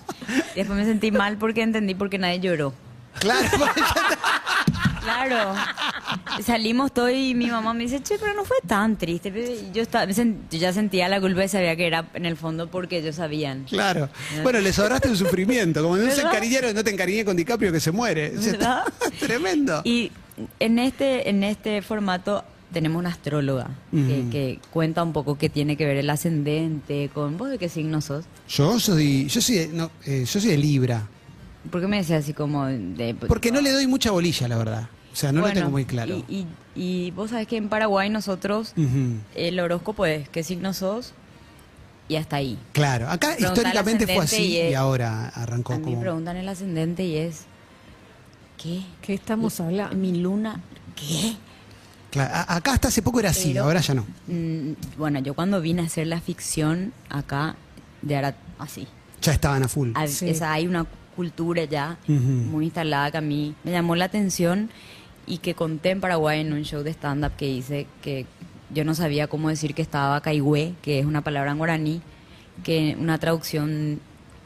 Speaker 3: Después me sentí mal porque entendí por qué nadie lloró.
Speaker 2: Claro, [laughs]
Speaker 3: Claro. Salimos todos y mi mamá me dice, che, pero no fue tan triste. Pero Yo, estaba, me sen- yo ya sentía la culpa y sabía que era en el fondo porque ellos sabían.
Speaker 2: claro. Bueno, les ahorraste un sufrimiento. Como no se
Speaker 3: ¿Verdad?
Speaker 2: encariñaron, no te encariñé con DiCaprio que se muere. O sea,
Speaker 3: ¿Verdad?
Speaker 2: Tremendo.
Speaker 3: Y en este, en este formato tenemos una astróloga que, que cuenta un poco qué tiene que ver el ascendente con vos de qué signo sos.
Speaker 2: Yo soy, yo soy, de- no, eh, yo soy de Libra.
Speaker 3: ¿Por qué me decía así como de...
Speaker 2: Porque no le doy mucha bolilla, la verdad. O sea, no lo
Speaker 3: Bueno,
Speaker 2: tengo muy claro. Mm.
Speaker 3: Y, y- y vos sabés que en Paraguay nosotros
Speaker 2: Ujú.
Speaker 3: el horóscopo es qué signo sos y hasta ahí.
Speaker 2: Claro, acá
Speaker 3: Preguntar
Speaker 2: históricamente fue
Speaker 3: ascendente
Speaker 2: así y,
Speaker 3: y es-
Speaker 2: ahora arrancó
Speaker 3: A mí
Speaker 2: como.
Speaker 3: me preguntan el ascendente y es, ¿qué?
Speaker 5: ¿Qué estamos hablando?
Speaker 3: Mi luna, ¿qué?
Speaker 2: Claro, a- acá hasta hace poco era así,
Speaker 3: Pero-
Speaker 2: ahora ya no.
Speaker 3: Mm, bueno, yo cuando vine a hacer la ficción acá, ya era así.
Speaker 2: Ya estaban a full.
Speaker 3: Hay,
Speaker 5: Sí.
Speaker 3: esa- hay una cultura ya
Speaker 2: Ujú.
Speaker 3: muy instalada que a mí me llamó la atención y que conté en Paraguay en un show de stand-up que hice que yo no sabía cómo decir que estaba caigüe, que es una palabra en guaraní, que una traducción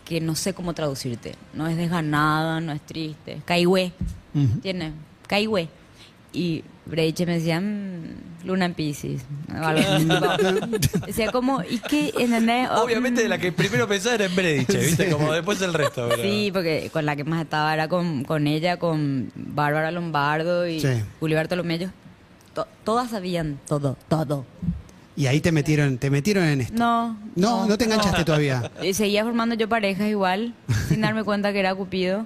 Speaker 3: que no sé cómo traducirte. No es desganada, no es triste. Caigüe.
Speaker 2: Ujú.
Speaker 3: Tiene. Caigüe. Y Breiche me decía, "Mm, Luna en Pisces. o algo así,
Speaker 4: [laughs]
Speaker 3: tipo. Decía como, ¿y qué? ¿Entendés?
Speaker 5: Ah,
Speaker 3: O,
Speaker 4: Obviamente
Speaker 3: "Mm".
Speaker 4: la que primero pensaba era en
Speaker 5: [laughs]
Speaker 4: Brediche, ¿viste? Como después el resto. pero-
Speaker 3: Sí, porque con la que más estaba era con, con ella, con Bárbara Lombardo y
Speaker 2: Sí.
Speaker 3: Julio Bartolomeo. To- todas sabían todo, todo.
Speaker 2: Y ahí te metieron, te metieron en esto.
Speaker 3: No.
Speaker 2: No, no, te enganchaste todavía.
Speaker 3: Y seguía formando yo parejas igual, sin darme cuenta que era Cupido.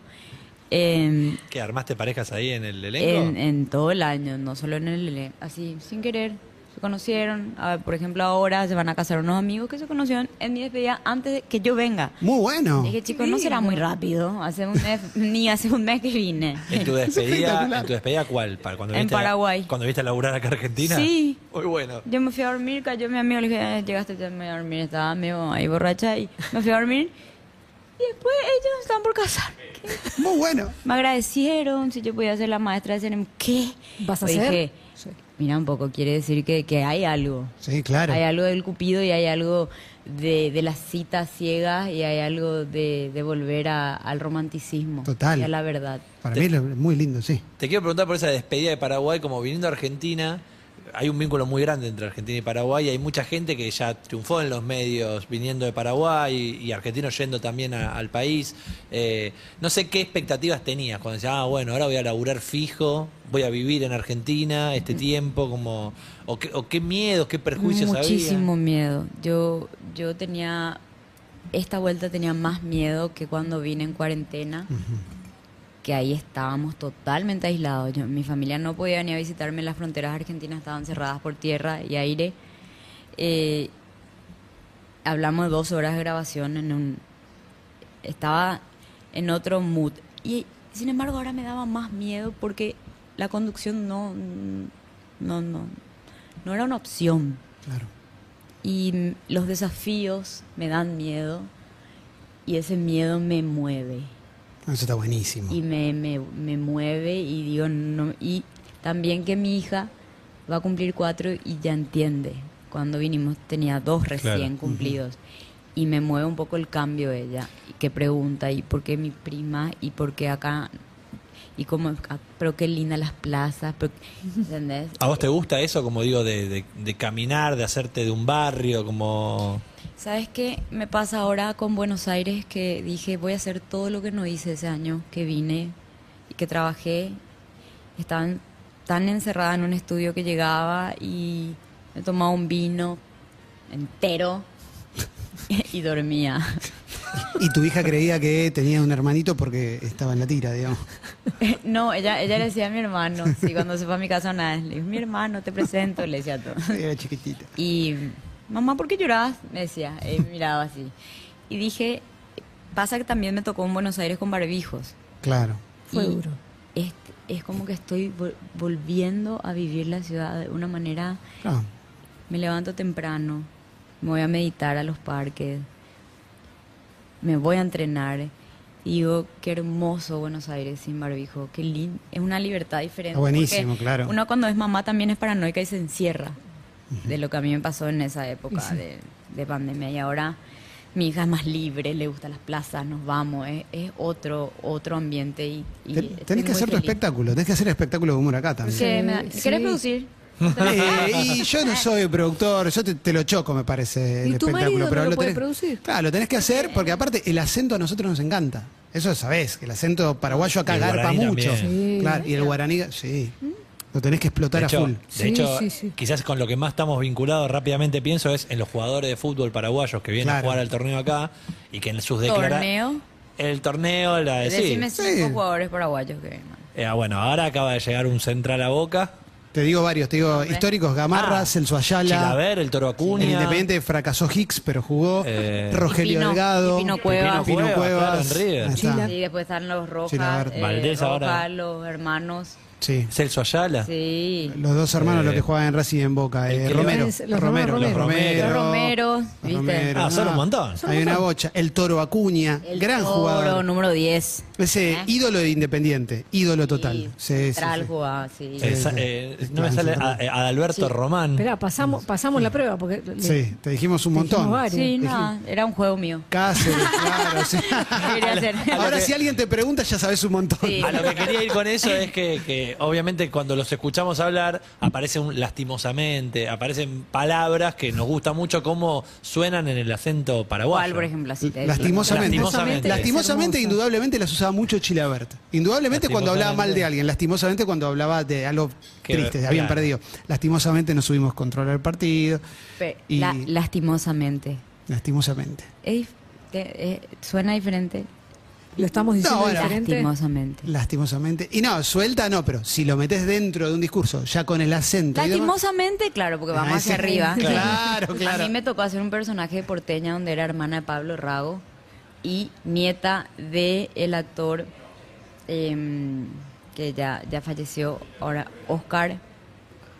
Speaker 3: Eh,
Speaker 4: ¿Qué, armaste parejas ahí en el elenco?
Speaker 3: en, en todo el año, no solo en el ele- así, sin querer. Se conocieron, Ah, por ejemplo, ahora se van a casar unos amigos que se conocieron en mi despedida antes de que yo venga.
Speaker 2: Muy bueno.
Speaker 3: Dije, chicos, no será muy rápido, hace un mes, ni hace un mes que vine.
Speaker 4: En
Speaker 5: [laughs]
Speaker 4: tu despedida, ¿en tu despedida cuál? Para cuando
Speaker 3: En
Speaker 4: viniste a-
Speaker 3: Paraguay.
Speaker 4: cuando viste a laburar acá a Argentina.
Speaker 3: Sí.
Speaker 4: Muy bueno.
Speaker 3: Yo me fui a dormir, cayó mi amigo, le dije, "Eh, llegaste, ya me voy a dormir, estaba medio ahí borracha y me fui a dormir. Y después ellos estaban por casar. ¿Qué?
Speaker 2: Muy bueno.
Speaker 3: Me agradecieron si yo podía ser la maestra de ceremonia. ¿Qué?
Speaker 5: ¿Vas a
Speaker 3: Yo
Speaker 5: hacer?
Speaker 3: Dije,
Speaker 5: Sí.
Speaker 3: mira un poco, quiere decir que, que hay algo.
Speaker 2: Sí, claro.
Speaker 3: Hay algo del cupido y hay algo de, de las citas ciegas y hay algo de, de volver a- al romanticismo.
Speaker 2: Total.
Speaker 3: Y a la verdad.
Speaker 2: Para mí es muy lindo, sí.
Speaker 4: Te quiero preguntar por esa despedida de Paraguay, como viniendo a Argentina, hay un vínculo muy grande entre Argentina y Paraguay, hay mucha gente que ya triunfó en los medios viniendo de Paraguay y, y argentinos yendo también a- al país. Eh, no sé qué expectativas tenías cuando decías, ah, bueno, ahora voy a laburar fijo, voy a vivir en Argentina este tiempo, como, o, qué, o qué miedos, qué perjuicios
Speaker 3: Muchísimo miedo. Yo, yo tenía, esta vuelta tenía más miedo que cuando vine en cuarentena, que ahí estábamos totalmente aislados. Yo- mi familia no podía ni a visitarme, las fronteras argentinas estaban cerradas por tierra y aire. Eh, hablamos dos horas de grabación en un... Estaba en otro mood. Y sin embargo ahora me daba más miedo porque la conducción no... No, no, no era una opción
Speaker 2: Claro.
Speaker 3: y m- los desafíos me dan miedo y ese miedo me mueve.
Speaker 2: Eso está buenísimo.
Speaker 3: y me, me, me mueve y digo no y también que mi hija va a cumplir cuatro y ya entiende cuando vinimos tenía dos recién
Speaker 1: Claro.
Speaker 3: cumplidos y me mueve un poco el cambio ella y que pregunta y por qué mi prima y por qué acá y como ah, pero qué linda las plazas pero, ¿entendés?
Speaker 4: ¿A vos te gusta eso, como digo, de, de- de caminar, de hacerte de un barrio, como...
Speaker 3: ¿Sabes qué me pasa ahora con Buenos Aires? Que dije, voy a hacer todo lo que no hice ese año que vine y que trabajé. Estaba en- tan encerrada en un estudio que llegaba y me tomaba un vino entero [laughs] y dormía. [laughs]
Speaker 2: Y tu hija creía que tenía un hermanito porque estaba en la tira,
Speaker 3: [laughs]
Speaker 2: digamos.
Speaker 3: No, ella, ella le decía a mi hermano, sí, cuando se fue a mi casa una vez, le dije, mi hermano, te presento, le decía todo.
Speaker 2: Era chiquitita.
Speaker 3: Y, mamá, ¿por qué llorabas? Me decía, eh, me miraba así. Y dije, pasa que también me tocó en Buenos Aires con barbijos.
Speaker 2: Claro.
Speaker 5: Fue
Speaker 3: Y
Speaker 5: duro.
Speaker 3: Es, es como que estoy vol- volviendo a vivir la ciudad de una manera...
Speaker 2: Claro.
Speaker 3: Me levanto temprano, me voy a meditar a los parques, me voy a entrenar. Y digo, qué hermoso Buenos Aires sin barbijo, qué lindo. Es una libertad diferente.
Speaker 2: Está buenísimo,
Speaker 3: porque
Speaker 2: claro.
Speaker 3: Uno cuando es mamá también es paranoica y se encierra de lo que a mí me pasó en esa época de, de pandemia. Y ahora mi hija es más libre, le gustan las plazas, nos vamos, es, es otro, otro ambiente. Y, y
Speaker 2: Ten-
Speaker 3: estoy
Speaker 2: Tenés que
Speaker 3: muy
Speaker 2: hacer tu
Speaker 3: feliz.
Speaker 2: espectáculo, tenés que hacer espectáculo de humor acá también.
Speaker 3: Que me da-
Speaker 5: Sí,
Speaker 3: ¿Querés
Speaker 5: sí.
Speaker 2: [laughs]
Speaker 3: producir? [laughs]
Speaker 2: Eh, [laughs] y yo no soy productor, yo te, te lo choco, me parece,
Speaker 5: ¿Y
Speaker 2: el
Speaker 5: tu
Speaker 2: espectáculo.
Speaker 5: marido no lo
Speaker 2: lo
Speaker 5: puede
Speaker 2: tenés,
Speaker 5: producir?
Speaker 2: Claro, lo tenés que hacer porque, aparte, el acento a nosotros nos encanta. Eso sabés, que el acento paraguayo acá
Speaker 4: Y el
Speaker 2: garpa
Speaker 4: guaraní
Speaker 2: mucho.
Speaker 4: también.
Speaker 5: Sí. ¿Mm?
Speaker 2: Claro, y el guaraní, sí. Lo tenés que explotar
Speaker 4: De
Speaker 2: a
Speaker 4: hecho,
Speaker 2: full.
Speaker 4: de
Speaker 5: Sí,
Speaker 4: hecho,
Speaker 5: sí, sí.
Speaker 4: quizás con lo que más estamos vinculados rápidamente pienso es en los jugadores de fútbol paraguayos que vienen
Speaker 2: Claro.
Speaker 4: a jugar al torneo acá y que en sus declaraciones...
Speaker 3: ¿Torneo?
Speaker 4: El torneo, la de... Eh, sí.
Speaker 3: Decime cinco
Speaker 2: Sí.
Speaker 3: jugadores paraguayos que vengan.
Speaker 4: Eh, bueno, ahora acaba de llegar un central a Boca.
Speaker 2: Te digo varios, te digo históricos: Gamarra,
Speaker 4: Ah.
Speaker 2: Celso Ayala.
Speaker 4: Chilaver, el Toro
Speaker 2: El
Speaker 4: Acuña.
Speaker 2: Independiente fracasó Hicks, pero jugó.
Speaker 4: Eh,
Speaker 2: Rogelio
Speaker 3: Y Pino-
Speaker 2: Delgado.
Speaker 3: y Pino Cuevas.
Speaker 2: Pino
Speaker 4: Pino Cuevas, claro,
Speaker 2: Cuevas.
Speaker 4: en River.
Speaker 2: Ahí está.
Speaker 5: Chila-
Speaker 3: Sí, después están los Rojas,
Speaker 2: Chilabert.
Speaker 3: eh,
Speaker 4: Valdés
Speaker 3: Rojas,
Speaker 4: ahora.
Speaker 3: los hermanos.
Speaker 2: Sí.
Speaker 4: Celso Ayala.
Speaker 3: Sí.
Speaker 2: Los dos hermanos,
Speaker 4: Eh,
Speaker 2: los que jugaban en Racing y en Boca.
Speaker 4: el
Speaker 2: eh,
Speaker 4: que-
Speaker 2: Romero,
Speaker 5: Los
Speaker 2: Romero,
Speaker 5: Romero,
Speaker 2: los Romero.
Speaker 4: Romero.
Speaker 3: Los Romeros, ¿viste?
Speaker 4: Ah, son un montón.
Speaker 2: Hay una bocha. El Toro Acuña,
Speaker 3: El
Speaker 2: gran
Speaker 3: Toro,
Speaker 2: jugador.
Speaker 3: número 10.
Speaker 2: Ese
Speaker 3: ¿Eh?
Speaker 2: ídolo de Independiente, ídolo total. Sí, sí,
Speaker 3: Central
Speaker 2: sí.
Speaker 3: jugaba, sí.
Speaker 4: Eh,
Speaker 2: Sí,
Speaker 4: sa-
Speaker 2: sí.
Speaker 4: eh, no me sale a- eh, Adalberto Román.
Speaker 5: Esperá, pasamos, pasamos la prueba porque le-
Speaker 2: Sí, te dijimos un
Speaker 5: Te
Speaker 2: montón.
Speaker 5: dijimos varios.
Speaker 3: Sí, no, era un juego
Speaker 2: [laughs]
Speaker 3: mío.
Speaker 2: Cáceres, claro. sí.
Speaker 3: Quería hacer. [laughs]
Speaker 2: Ahora si alguien te pregunta ya sabes un montón.
Speaker 3: Sí.
Speaker 4: A lo que quería ir con eso es que, que obviamente cuando los escuchamos hablar aparece un lastimosamente, aparecen palabras que nos gusta mucho cómo suenan en el acento paraguayo.
Speaker 3: ¿Cuál, por ejemplo? Así te digo.
Speaker 2: Lastimosamente.
Speaker 4: Lastimosamente.
Speaker 2: Lastimosamente,
Speaker 5: Es hermosa.
Speaker 2: indudablemente las usaba mucho Chilabert. Indudablemente cuando hablaba mal de
Speaker 4: Lastimosamente.
Speaker 2: alguien, lastimosamente cuando hablaba de algo
Speaker 4: Que-
Speaker 2: triste, de habían
Speaker 4: claro.
Speaker 2: perdido. Lastimosamente no subimos controlar el partido.
Speaker 3: Pe-
Speaker 2: Y-
Speaker 3: la- lastimosamente.
Speaker 2: Lastimosamente.
Speaker 3: Es dif- te- eh, suena diferente.
Speaker 5: lo estamos diciendo
Speaker 2: No, bueno.
Speaker 5: diferente.
Speaker 3: Lastimosamente.
Speaker 2: Lastimosamente. Y no, suelta no, pero si lo metes dentro de un discurso, ya con el acento. y demás-
Speaker 3: Lastimosamente, claro, porque vamos
Speaker 2: Ah,
Speaker 3: hacia
Speaker 2: sí.
Speaker 3: arriba.
Speaker 2: Claro, claro.
Speaker 3: A mí me tocó hacer un personaje de porteña donde era hermana de Pablo Rago y nieta de el actor em, que ya, ya falleció ahora, Oscar.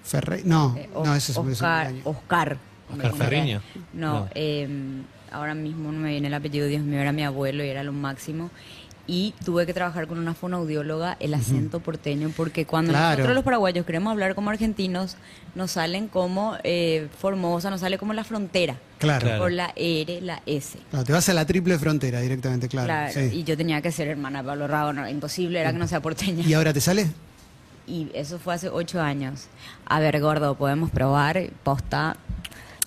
Speaker 2: Ferre- No,
Speaker 3: eh, o-
Speaker 2: no, eso es un
Speaker 3: Oscar.
Speaker 2: año.
Speaker 3: Oscar.
Speaker 4: Oscar Ferriño.
Speaker 3: No,
Speaker 4: No.
Speaker 3: em, ahora mismo no me viene el apellido, Dios mío, era mi abuelo y era lo máximo. Y tuve que trabajar con una fonoaudióloga el acento porteño, porque cuando
Speaker 2: Claro.
Speaker 3: nosotros los paraguayos queremos hablar como argentinos, nos salen como eh, Formosa, nos sale como la frontera,
Speaker 2: Claro.
Speaker 4: Claro.
Speaker 3: por la R, la S.
Speaker 2: No, te vas a la triple frontera directamente, claro.
Speaker 3: Claro,
Speaker 2: sí.
Speaker 3: Y yo tenía que ser hermana de Pablo Rago, no, imposible era que no sea porteña.
Speaker 2: ¿Y ahora te sale?
Speaker 3: Y eso fue hace ocho años. A ver, gordo, podemos probar, posta.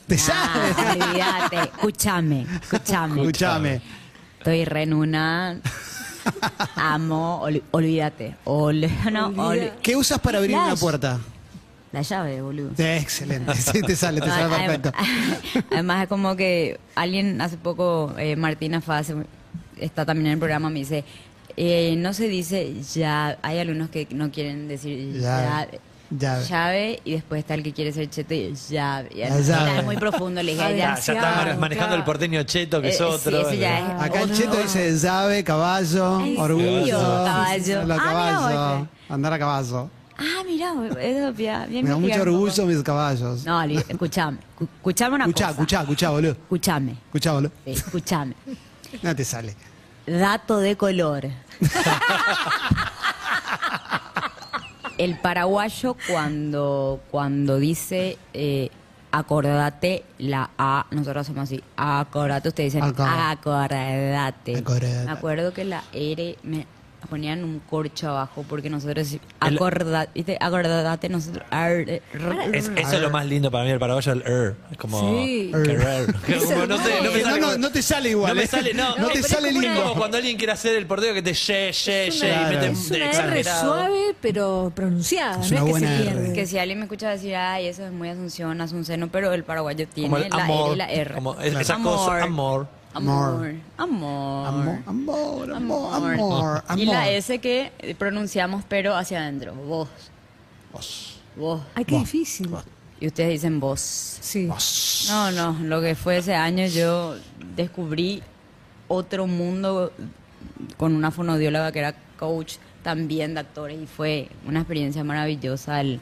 Speaker 2: Te [laughs]
Speaker 3: Nah,
Speaker 2: sale.
Speaker 3: Ah, Olvídate, escúchame, escúchame.
Speaker 2: Escúchame.
Speaker 3: Estoy re en una. Amo, ol- olvídate. Ol- no, ol-
Speaker 2: ¿Qué usas para abrir una
Speaker 3: Flash.
Speaker 2: puerta?
Speaker 3: la llave, boludo.
Speaker 2: Eh, Excelente. Sí, te sale, te sale
Speaker 3: Adem-
Speaker 2: perfecto.
Speaker 3: [laughs] Además, es como que alguien hace poco, eh, Martina Faz, está también en el programa, me dice: eh, No se dice ya. Hay algunos que no quieren decir ya.
Speaker 2: Llave, llave.
Speaker 3: y después está el que quiere ser cheto y llave. Y
Speaker 2: La
Speaker 3: además,
Speaker 2: llave.
Speaker 3: Es muy profundo, le dije:
Speaker 4: Ah,
Speaker 3: ya.
Speaker 4: ya está
Speaker 5: Claro,
Speaker 4: manejando
Speaker 5: claro.
Speaker 4: el porteño cheto, que es
Speaker 3: Eh, sí,
Speaker 4: otro.
Speaker 3: ese ya es-
Speaker 2: Acá el
Speaker 3: Oh,
Speaker 2: cheto
Speaker 3: no.
Speaker 2: dice llave, caballo,
Speaker 3: Ay, sí,
Speaker 2: orgullo.
Speaker 3: caballo.
Speaker 2: Solo
Speaker 3: Ah, mira,
Speaker 2: caballo.
Speaker 3: oye.
Speaker 2: Andar a caballo.
Speaker 3: Ah, mira, eso, ya, bien
Speaker 2: Me da mucho
Speaker 3: investigar un
Speaker 2: orgullo
Speaker 3: poco.
Speaker 2: mis caballos.
Speaker 3: No, li- escuchame, cu- escuchame una
Speaker 2: Escuchá,
Speaker 3: cosa.
Speaker 2: escuchá, escuchá, boludo.
Speaker 3: Escuchame,
Speaker 2: Escuchá, boludo.
Speaker 3: eh, escuchame.
Speaker 2: No te sale.
Speaker 3: Dato de
Speaker 2: [laughs]
Speaker 3: color. El paraguayo cuando, cuando dice eh, acordate, la A, nosotros hacemos así, acordate, ustedes dicen
Speaker 2: Acordate.
Speaker 3: acordate.
Speaker 2: Acordate.
Speaker 3: Me acuerdo que la R me ponían un corcho abajo porque nosotros acordate, ¿viste? acordate, nosotros... ar- r- r-
Speaker 4: Es- eso es lo más lindo para mí, el paraguayo, el er. Es como.
Speaker 5: Sí.
Speaker 4: que [laughs] er. Como, no, sé, no me
Speaker 2: Eh, No,
Speaker 4: sale
Speaker 2: no,
Speaker 4: como-
Speaker 2: no te sale igual,
Speaker 4: No me
Speaker 2: ¿eh?
Speaker 4: sale, no.
Speaker 2: No te
Speaker 4: pero es
Speaker 2: sale
Speaker 4: como
Speaker 2: lindo.
Speaker 4: como cuando alguien quiere hacer el porteo que te ye, ye, ye.
Speaker 5: Es una,
Speaker 4: y mete
Speaker 5: es
Speaker 4: un
Speaker 5: una R
Speaker 4: exagerado.
Speaker 5: suave pero pronunciada,
Speaker 2: Es
Speaker 5: no
Speaker 2: una
Speaker 5: es que
Speaker 2: buena
Speaker 5: se
Speaker 2: R.
Speaker 4: Pues
Speaker 5: pierde.
Speaker 3: Pues Que si alguien me escucha decir, ay, eso es muy Asunción, Asunceno, pero el paraguayo
Speaker 4: Como
Speaker 3: tiene
Speaker 4: el
Speaker 3: la
Speaker 4: amor.
Speaker 3: R y la R.
Speaker 4: Como es- esas cosas, amor.
Speaker 3: Amor.
Speaker 2: Amor,
Speaker 3: Amor.
Speaker 2: amor, amor, amor, amor.
Speaker 3: Y la S que pronunciamos, pero hacia adentro. Vos. Vos. Vos.
Speaker 5: Ay, qué difícil.
Speaker 3: Y ustedes dicen vos.
Speaker 5: Sí.
Speaker 3: No, no, lo que fue ese año yo descubrí otro mundo con una fonodióloga que era coach también de actores y fue una experiencia maravillosa. El,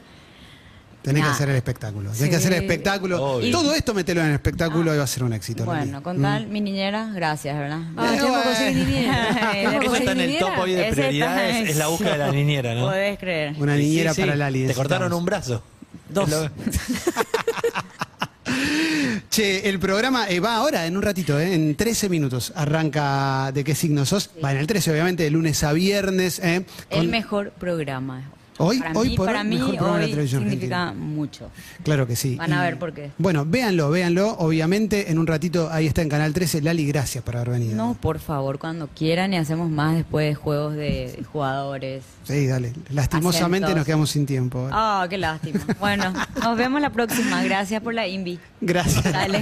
Speaker 2: Tenés que
Speaker 3: Nah.
Speaker 2: hacer el espectáculo. Tenés que hacer el
Speaker 5: Sí.
Speaker 2: espectáculo.
Speaker 4: Obvio.
Speaker 2: Todo esto metelo en el espectáculo y va a ser un éxito.
Speaker 3: Ah. bueno, con tal, mi niñera, gracias, ¿verdad?
Speaker 5: Ah, ya no conseguí ni
Speaker 3: [laughs]
Speaker 5: mierda.
Speaker 3: Eh,
Speaker 5: Ya no
Speaker 4: Eso
Speaker 5: conseguí
Speaker 4: está en
Speaker 5: ni
Speaker 4: el
Speaker 5: mierda.
Speaker 4: top hoy de
Speaker 3: Ese
Speaker 4: prioridades.
Speaker 3: está-
Speaker 4: Es la búsqueda de la niñera, ¿no?
Speaker 3: Podés creer.
Speaker 2: Una
Speaker 4: Sí,
Speaker 2: niñera
Speaker 4: sí,
Speaker 2: para
Speaker 4: sí.
Speaker 2: Lali.
Speaker 4: Te cortaron un brazo.
Speaker 2: Dos.
Speaker 4: Es lo-
Speaker 2: Che, el programa eh, va ahora, en un ratito, eh, en 13 minutos. Arranca de qué signo sos. Va en el 13, obviamente, de lunes a viernes. eh,
Speaker 3: El
Speaker 2: con-
Speaker 3: mejor programa.
Speaker 2: Hoy-
Speaker 3: para
Speaker 2: hoy
Speaker 3: mí,
Speaker 2: por
Speaker 3: para
Speaker 2: hoy,
Speaker 3: mí,
Speaker 2: mejor programa de la
Speaker 3: hoy
Speaker 2: televisión
Speaker 3: significa
Speaker 2: argentina.
Speaker 3: mucho.
Speaker 2: Claro que sí.
Speaker 3: Van a
Speaker 2: Y-
Speaker 3: ver por qué.
Speaker 2: Bueno, véanlo, véanlo. Obviamente, en un ratito, ahí está en Canal 13. Lali, gracias por haber venido.
Speaker 3: No, por favor, cuando quieran y hacemos más después de juegos de jugadores.
Speaker 2: Sí, dale. Lastimosamente
Speaker 3: Acentos.
Speaker 2: nos quedamos sin tiempo. eh.
Speaker 3: Ah, qué lástima. Bueno, nos vemos la próxima. Gracias por la invi.
Speaker 2: Gracias.
Speaker 3: Dale.